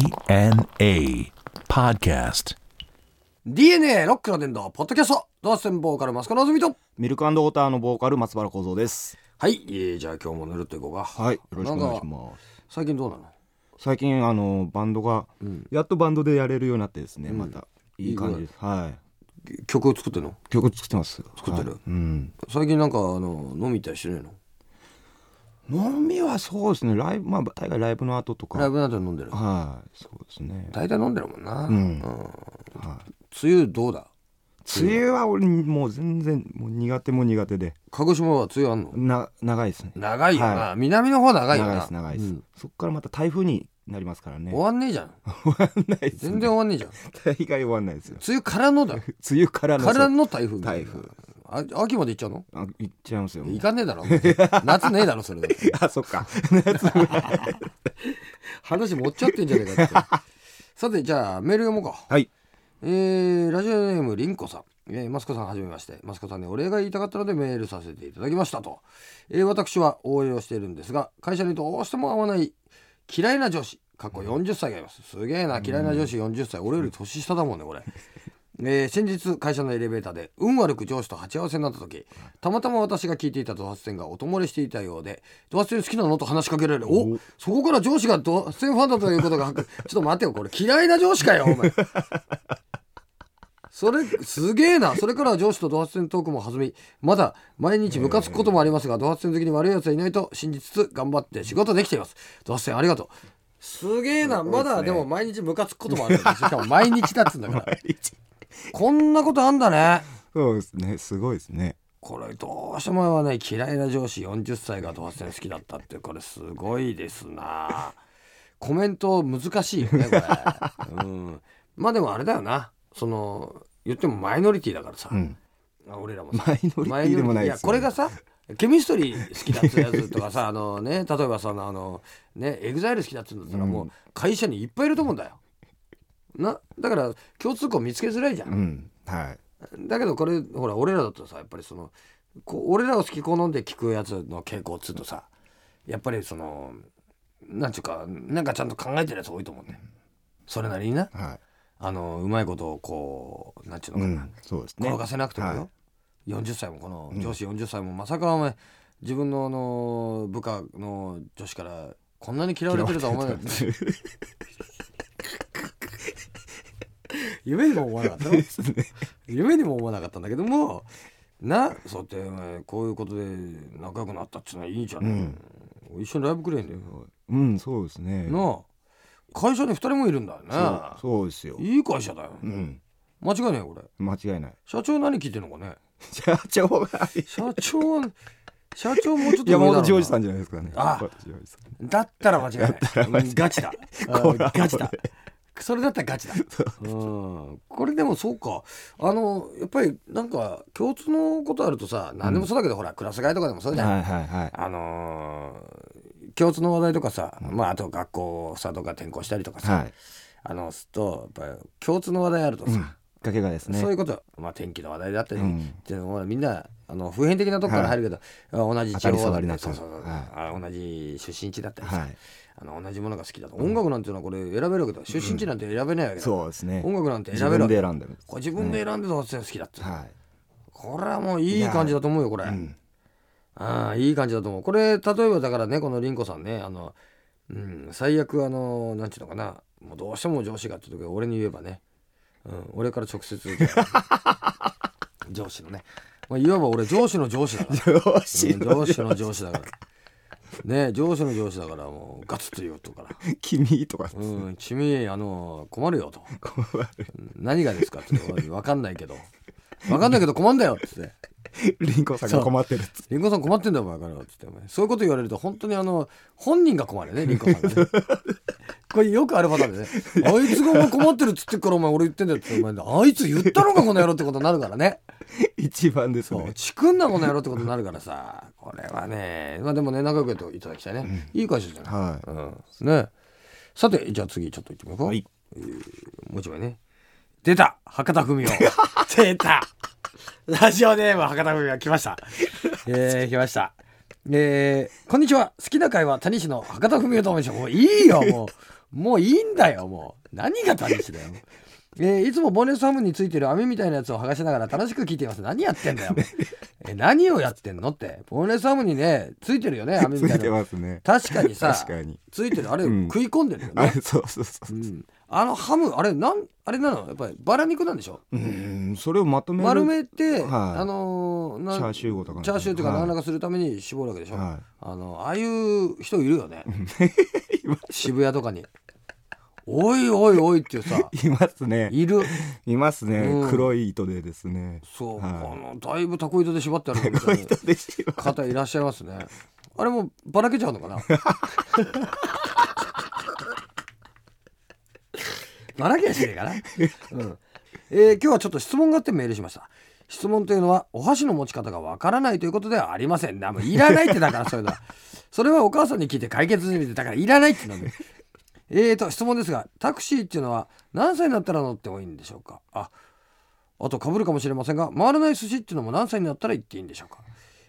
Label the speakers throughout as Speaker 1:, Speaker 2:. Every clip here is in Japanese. Speaker 1: DNA Podcast.
Speaker 2: DNA ロックの伝道ポッドキャストドアステンボーカルマスコのぞみと
Speaker 3: ミルクウォーターのボーカル松原幸三です。
Speaker 2: はい、えー、じゃあ今日もぬるっといこうか
Speaker 3: はい、よろしくお願いし
Speaker 2: なんか
Speaker 3: ます。
Speaker 2: 最近どうなの
Speaker 3: 最近あのバンドが、やっとバンドでやれるようになってですね、またいい感じです。はい、
Speaker 2: き曲を作ってんの
Speaker 3: 曲作ってます。作
Speaker 2: ってる
Speaker 3: うん。
Speaker 2: 最近なんかあの飲み行ったりしてないの
Speaker 3: 飲みはそうですね。ライブまあ大概ライブの後とか。
Speaker 2: ライブなんて飲んでる
Speaker 3: はい、そうですね。
Speaker 2: 大体飲んでるもんな、
Speaker 3: う
Speaker 2: 梅
Speaker 3: ん。は
Speaker 2: 雨どうだ
Speaker 3: い。梅雨は俺もう全然もう苦手も苦手で、
Speaker 2: 鹿児島は梅雨あんの
Speaker 3: な長いですね。
Speaker 2: 長いよな、
Speaker 3: は
Speaker 2: 南の方長いよな
Speaker 3: 長いです長いです、
Speaker 2: うん
Speaker 3: そこからまた台風になりますからね。
Speaker 2: 終わんねえじゃん
Speaker 3: 終わんないです、
Speaker 2: 全
Speaker 3: ね。
Speaker 2: 然終わんねえじゃん
Speaker 3: 大概終わんないですよ。
Speaker 2: 梅雨からの だよ
Speaker 3: 梅雨からの。
Speaker 2: からの台風みたい
Speaker 3: 台
Speaker 2: な
Speaker 3: 風。
Speaker 2: あ秋まで行っちゃうの
Speaker 3: あ、行っちゃいますよ。もう
Speaker 2: 行かねえだろ夏ねえだろそれだって
Speaker 3: あ、そっ か。
Speaker 2: 話持っちゃってんじゃねえかってさてじゃあメール読もうか
Speaker 3: はい。
Speaker 2: えーラジオネームりんこさん、えー、マスコさんはじめましてマスコさんにお礼が言いたかったのでメールさせていただきましたと、えー私は応援をしているんですが会社にどうしても合わない嫌いな上司過去40歳がいますすげえな嫌いな上司40歳俺より年下だもんねこれ。えー先日会社のエレベーターで運悪く上司と鉢合わせになった時たまたま私が聞いていたドハツテンが音漏れしていたようで「ドハツテン好きなの?」と話しかけられるおそこから上司がドハツテンファンだということが 発覚ちょっと待てよこれ嫌いな上司かよお前それすげえなそれからは上司とドハツテントークも弾みまだ毎日ムカつくこともありますが、ドハツテン好きに悪いやつはいないと信じつつ頑張って仕事できていますドハツテンありがとうすげえなまだでも毎日ムカつくこともあるんだよしかも毎日だっつうんだ からこんなことあんだね。
Speaker 3: そうですね。すごいですね。
Speaker 2: これどうしても合わない嫌いな上司40歳が同性好きだったってこれすごいですなコメント難しいよねこれ、うん、まあでもあれだよなその言ってもマイノリティだからさ、
Speaker 3: うん。
Speaker 2: あ俺らも
Speaker 3: マ
Speaker 2: さ
Speaker 3: イノリティでもないです、ね。
Speaker 2: やこれがさケミストリー好きだってやつとかさあのね例えばそのあのねエグザイル好きだっつうんだったらもう会社にいっぱいいると思うんだよ。なだから共通項見つけづらいじゃん
Speaker 3: う。ん。はい。
Speaker 2: だけどこれほら俺らだとさやっぱりそのこう俺らを好き好んで聞くやつの傾向っつうとさやっぱりそのなんちゅうかなんかちゃんと考えてるやつ多いと思うねそれなりにな
Speaker 3: は
Speaker 2: あのうまいことをこうなんちゅう
Speaker 3: い。
Speaker 2: の
Speaker 3: う
Speaker 2: かな、
Speaker 3: ん。そうですね。
Speaker 2: 転がせなくてもよ、40歳もこの上司40歳もまさかお前自分のあの部下の女子からこんなに嫌われてるとは思わなかった 夢にも思わなかったよ
Speaker 3: ですね。
Speaker 2: 夢にも思わなかったんだけどもなそうやってお前こういうことで仲良くなったっつうのはいいじゃん、一緒にライブくれんだよ、
Speaker 3: うん、そうですね。
Speaker 2: なあ会社に2人もいるんだよね
Speaker 3: そうそうですよ。
Speaker 2: いい会社だよ、
Speaker 3: うん。
Speaker 2: 間違いないよこれ
Speaker 3: 間違いない。
Speaker 2: 社長何聞いてんのかね
Speaker 3: 社長が。
Speaker 2: 社長 は社長もうちょっと上だろ
Speaker 3: 山
Speaker 2: うな
Speaker 3: 本譲二さんじゃないですかね。
Speaker 2: あ
Speaker 3: 山本譲二さん
Speaker 2: だったら間違いないうんガチだ うんガチだそれだったらガチだうんこれでもそうかあのやっぱりなんか共通のことあるとさ何でもそうだけど、ほらクラス替えとかでもそうじゃん、
Speaker 3: はいはいはい。
Speaker 2: あのー共通の話題とかさ、まあ、あと学校さとか転校したりとかさ、
Speaker 3: はい。
Speaker 2: あのすっとやっぱり共通の話題あるとさ、
Speaker 3: かけがですね。
Speaker 2: そういうこと、まあ、天気の話題だったり、
Speaker 3: うん
Speaker 2: っていうのはみんなあの普遍的なとこから入るけど、同じ地
Speaker 3: 当たり
Speaker 2: 方だっ
Speaker 3: 障
Speaker 2: た
Speaker 3: り
Speaker 2: り
Speaker 3: な
Speaker 2: そ
Speaker 3: く
Speaker 2: うそうそう
Speaker 3: は
Speaker 2: あ同じ出身地だったりさ、
Speaker 3: はい。
Speaker 2: あの同じものが好きだと音楽なんていうのはこれ選べるわけだ出身地なんて選べないわけだ、
Speaker 3: そうですね。
Speaker 2: 音楽なんて
Speaker 3: 自
Speaker 2: 選べる
Speaker 3: 分
Speaker 2: わけ
Speaker 3: で
Speaker 2: だ
Speaker 3: 選んでる。
Speaker 2: これ自分で選んでた好きだって、
Speaker 3: は
Speaker 2: これはもういい感じだと思うよこれ、
Speaker 3: い。うん。
Speaker 2: ああいい感じだと思うこれ例えばだからねこのりんこさんねあの、うん、最悪あのなんていうのかなもうどうしても上司がって時は俺に言えばね、うん、俺から直接 上司のね、まあ、いわば俺上司の上司だから
Speaker 3: 上
Speaker 2: う
Speaker 3: 司
Speaker 2: ん
Speaker 3: の
Speaker 2: 上司の上司だからね上司の上司だからもうガツッと言うとから
Speaker 3: 君とか。
Speaker 2: 「うん君あの困るよ」と
Speaker 3: 困る。
Speaker 2: 「何がですか?」って「分かんないけど分かんないけど困んだよ」っつって。
Speaker 3: リンコさんが困ってるっつって
Speaker 2: リンゴさん困ってんだよお前からって言ってお前そういうこと言われると本当にあの本人が困るねリンゴさんがね これよくあるパターンでねあいつがお前困ってるっつってっからお前俺言ってんだよってお前あいつ言ったのかこの野郎ってことになるからね
Speaker 3: 一番です
Speaker 2: そう
Speaker 3: ね。
Speaker 2: ちくんなこの野郎ってことになるからさこれはねまあでもね仲良くやっていただきたいね、いい会社じゃない、
Speaker 3: はい。
Speaker 2: うん、ねさてじゃあ次ちょっと行ってみようか、
Speaker 3: はい
Speaker 2: もう一枚ね出た博多 文雄出たラジオネーム博多文雄来ましたえー、来ましたえーこんにちは好きな会は谷氏の博多文雄と思いましたもういいよもうもういいんだよもう何が谷氏だよ、えーいつもボーネスハムについてる網みたいなやつを剥がしながら楽しく聞いています何やってんだよもうえ何をやってんのってボーネスハムにねついてるよね網
Speaker 3: つ
Speaker 2: みた
Speaker 3: い
Speaker 2: い
Speaker 3: て
Speaker 2: な
Speaker 3: ますね
Speaker 2: 確かにさ
Speaker 3: 確かに
Speaker 2: ついてるあれ、
Speaker 3: うん
Speaker 2: 食い込んでるよ
Speaker 3: あ
Speaker 2: ね、
Speaker 3: れそうそうそううん
Speaker 2: あのハムあれなんあれなのやっぱりバラ肉なんでしょ
Speaker 3: うんそれをまとめる
Speaker 2: 丸めて、
Speaker 3: はい
Speaker 2: あのーな
Speaker 3: チャーシューごとかなんか
Speaker 2: チャーシューとか
Speaker 3: はい
Speaker 2: 何らかするために絞るわけでしょ、
Speaker 3: は
Speaker 2: あのああいう人いるよ ね渋谷とかに「おいおいおい」って いうさ
Speaker 3: いいますね
Speaker 2: いる
Speaker 3: いますね、
Speaker 2: うん
Speaker 3: 黒い糸でですね
Speaker 2: そう、
Speaker 3: はい
Speaker 2: このだいぶタコ糸で縛ってあるみたいな
Speaker 3: でしょ
Speaker 2: 方いらっしゃいますねあれもうばらけちゃうのかな ばらけやしねえかな、うんえー今日はちょっと質問があってメールしました質問というのはお箸の持ち方がわからないということではありませんなもういらないってだからそういうのはそれはお母さんに聞いて解決済みでだからいらないってなんでえーと質問ですがタクシーっていうのは何歳になったら乗ってもいいんでしょうかああとかぶるかもしれませんが回らない寿司っていうのも何歳になったら行っていいんでしょうか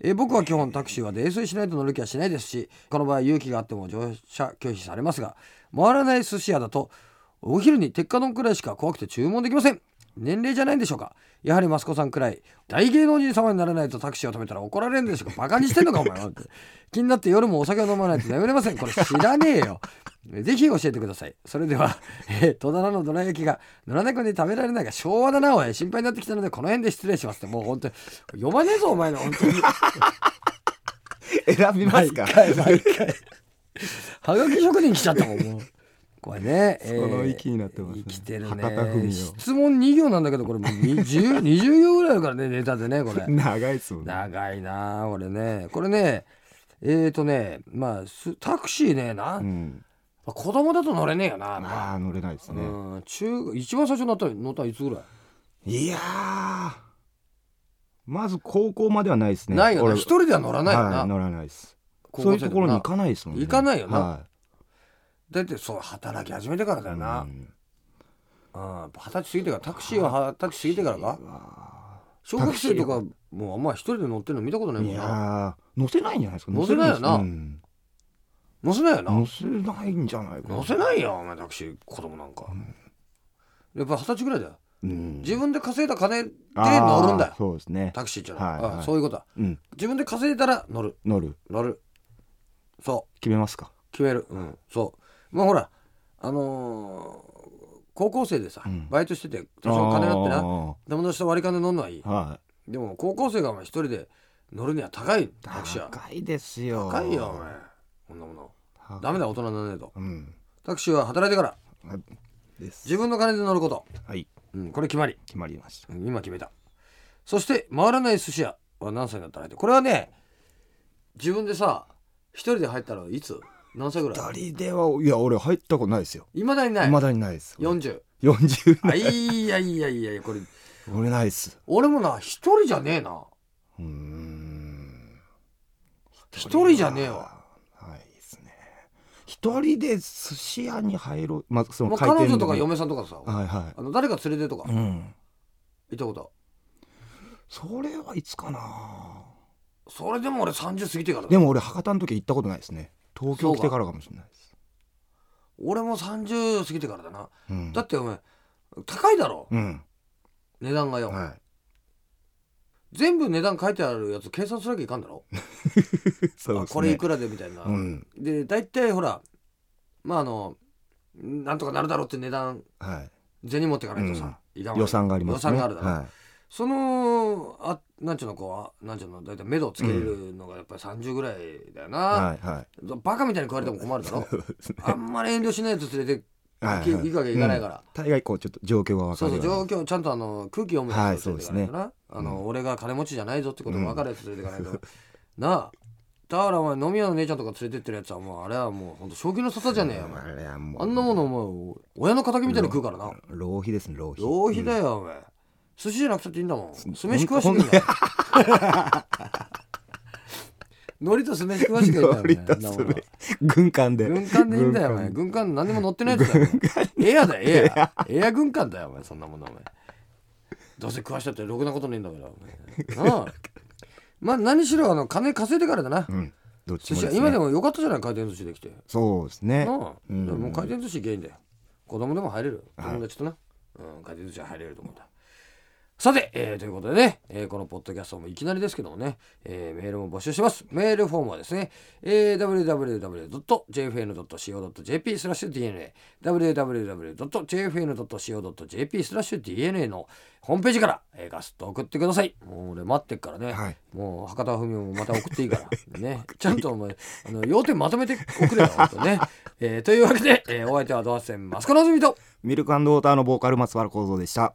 Speaker 2: えー僕は基本タクシーは泥酔しないと乗る気はしないですしこの場合勇気があっても乗車拒否されますが回らない寿司屋だとお昼に鉄火丼くらいしか怖くて注文できません年齢じゃないんでしょうかやはりマスコさんくらい大芸能人様にならないとタクシーを止めたら怒られるんでしょうかバカにしてんのかお 前はって気になって夜もお酒を飲まないと眠れませんこれ知らねえよぜひ教えてくださいそれでは、えー戸棚のどら焼きが野良猫に食べられないが昭和だなおい心配になってきたのでこの辺で失礼しますってもう本当に読まねえぞお前の本当に
Speaker 3: 選びますか
Speaker 2: 毎回毎回はがき職人来ちゃったもんもうこれね、えー
Speaker 3: その域になってますね
Speaker 2: 生きてる
Speaker 3: 博多文
Speaker 2: ね
Speaker 3: 雄
Speaker 2: 質問2行なんだけどこれもう20 20行ぐらいあるからねネタでねこれ
Speaker 3: 長いっすもんね
Speaker 2: 長いなあこれねこれねえーとねまあすタクシーねな、
Speaker 3: うん
Speaker 2: 子供だと乗れねえよな、
Speaker 3: まあ乗れないですね、
Speaker 2: うん中一番最初に乗った乗ったのいつぐらい、
Speaker 3: いやーまず高校まではないですね
Speaker 2: ないよな
Speaker 3: 俺
Speaker 2: 一人では乗らないよな、
Speaker 3: はい、乗らないです
Speaker 2: 高
Speaker 3: そ
Speaker 2: 校
Speaker 3: ういう
Speaker 2: 生で
Speaker 3: と
Speaker 2: も
Speaker 3: ころに行かないですもんね
Speaker 2: 行かないよな
Speaker 3: は
Speaker 2: だってそう働き始めてからだよな、
Speaker 3: うん
Speaker 2: ああ二十歳過ぎてからタクシーは二十歳過ぎてからか
Speaker 3: うわ
Speaker 2: 小学生とかもうあんま一人で乗ってるの見たことな
Speaker 3: ー
Speaker 2: いも
Speaker 3: い
Speaker 2: んな
Speaker 3: やー乗せないんじゃないですか
Speaker 2: 乗せないよな
Speaker 3: うん
Speaker 2: 乗せないよな
Speaker 3: 乗せないんじゃないか
Speaker 2: 乗せないよお前タクシー子供なんか、やっぱ二十歳ぐらいだよ
Speaker 3: うん
Speaker 2: 自分で稼いだ金で
Speaker 3: あー
Speaker 2: 乗るんだよ
Speaker 3: そうですね
Speaker 2: タクシーっていうの
Speaker 3: はいはい
Speaker 2: ああそういうことだ
Speaker 3: うん
Speaker 2: 自分で稼いだら乗る
Speaker 3: 乗る
Speaker 2: 乗るそう
Speaker 3: 決めますか
Speaker 2: 決めるうんそうまあほらあのー高校生でさ、
Speaker 3: うん
Speaker 2: バイトしてて多少金あってな
Speaker 3: あ
Speaker 2: 友達と割り勘で乗るのはいい
Speaker 3: ーはい
Speaker 2: でも高校生がお前一人で乗るには高いタクシーは
Speaker 3: 高いですよ
Speaker 2: 高いよお前こんなもの
Speaker 3: 高い
Speaker 2: ダメだ大人にならねえと
Speaker 3: うん
Speaker 2: タクシーは働いてから
Speaker 3: です
Speaker 2: 自分の金で乗ること、
Speaker 3: はい
Speaker 2: うん、これ決まり
Speaker 3: 決まりました
Speaker 2: うん今決めたそして回らない寿司屋は何歳になったら入ってこれはね自分でさ一人で入ったらいつ何歳ぐらい
Speaker 3: 二人ではいや俺入ったことないですよ
Speaker 2: いまだにない
Speaker 3: 未だにないです
Speaker 2: 40
Speaker 3: 40
Speaker 2: あ
Speaker 3: ない
Speaker 2: いやいやいやいやこれ
Speaker 3: 俺ないです
Speaker 2: 俺もな一人じゃねえな
Speaker 3: うーん
Speaker 2: 一人じゃねえわ
Speaker 3: ないですね一人で寿司屋に入ろうまあそ
Speaker 2: も
Speaker 3: の
Speaker 2: う彼女
Speaker 3: の
Speaker 2: とか
Speaker 3: 時
Speaker 2: 嫁さんとかさ
Speaker 3: はいは
Speaker 2: あの誰か連れてとか
Speaker 3: いうん
Speaker 2: 行ったこと
Speaker 3: それはいつかな
Speaker 2: それでも俺30過ぎてからだ
Speaker 3: でも俺博多の時行ったことないですね東京来てからかもしれないです
Speaker 2: 俺も30過ぎてからだな
Speaker 3: うん
Speaker 2: だってお前高いだろ
Speaker 3: うん
Speaker 2: 値段がよ、
Speaker 3: は
Speaker 2: 全部値段書いてあるやつ計算すなきゃいかんだろ、
Speaker 3: いそう
Speaker 2: あ
Speaker 3: ですね
Speaker 2: これいくらでみたいな、
Speaker 3: うん
Speaker 2: で大体ほらまああのなんとかなるだろうって値段
Speaker 3: はい
Speaker 2: 銭持ってかないとさ、いかんわけ
Speaker 3: 予算がありますね
Speaker 2: 予算があるだろ、
Speaker 3: は
Speaker 2: そのあなんちゅうのこうあなんちゅうの大体目処つけるのがやっぱり30ぐらいだよな、
Speaker 3: いはいはい
Speaker 2: バカみたいに食われても困るだろあんまり遠慮しないやつ連れて
Speaker 3: はい
Speaker 2: 行くわけいかないから、
Speaker 3: 大概こうちょっと状況が分か
Speaker 2: そう
Speaker 3: る
Speaker 2: そ
Speaker 3: よ
Speaker 2: う
Speaker 3: うな
Speaker 2: 状況ちゃんとあの空気読むやつを連れていかないとな、あの
Speaker 3: う
Speaker 2: 俺が金持ちじゃないぞってことが分かるやつ連れていかないと、なあだからお前飲み屋の姉ちゃんとか連れてってるやつはもうあれはもうほんと正気の沙汰じゃねえよお前
Speaker 3: あれはもう
Speaker 2: あんなものお前親の敵みたいに食うからな
Speaker 3: 浪費ですね浪費
Speaker 2: 浪費だよお前寿司じゃなくたっていいんだもん酢飯食わしてくんだよ海苔と酢飯食わしてくんだよお前
Speaker 3: 浪費だ
Speaker 2: あん
Speaker 3: す
Speaker 2: なもの
Speaker 3: ね軍艦で
Speaker 2: 軍艦でいいんだよ、お前。軍艦何も乗ってないやつだよ。お前エアだよ、エア。エア軍艦だよ、お前。そんなもの、お前。どうせ食わ したってろくなことねえんだから、お前。うん。まあ、何しろ、あの、金稼いでからだな。
Speaker 3: んどっち
Speaker 2: 寿司
Speaker 3: もで
Speaker 2: 屋
Speaker 3: す、ね、
Speaker 2: 今でもよかったじゃない回転寿司できて
Speaker 3: そうですね
Speaker 2: なあ、
Speaker 3: うん
Speaker 2: でももう回転寿司原因だよ子供でも入れる
Speaker 3: はい
Speaker 2: 友達とな、うん、回転寿司は入れると思うんださて、えーということでね、えーこのポッドキャストもいきなりですけどもね、えーメールも募集してます。メールフォームはですね、えー www.jfn.co.jp スラッシュ DNA、www.jfn.co.jp スラッシュ DNA のホームページから、えーガスッと送ってください。もう俺待ってっからね。
Speaker 3: はい
Speaker 2: もう博多文雄もまた送っていいから。ね。 ちゃんとお前、あの、要点まとめて送れよ、ほんとね。えーというわけで、えーお相手はドアセン、マスコのずみと。
Speaker 3: ミルクウォーターのボーカル松原幸三でした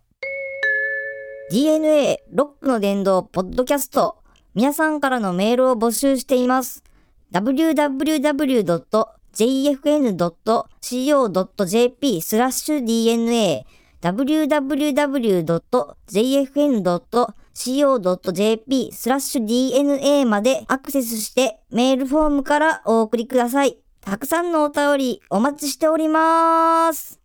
Speaker 4: DNA ロックの伝道ポッドキャスト皆さんからのメールを募集しています www.jfn.co.jp スラッシュ DNA www.jfn.co.jp スラッシュ DNA までアクセスしてメールフォームからお送りくださいたくさんのお便りお待ちしております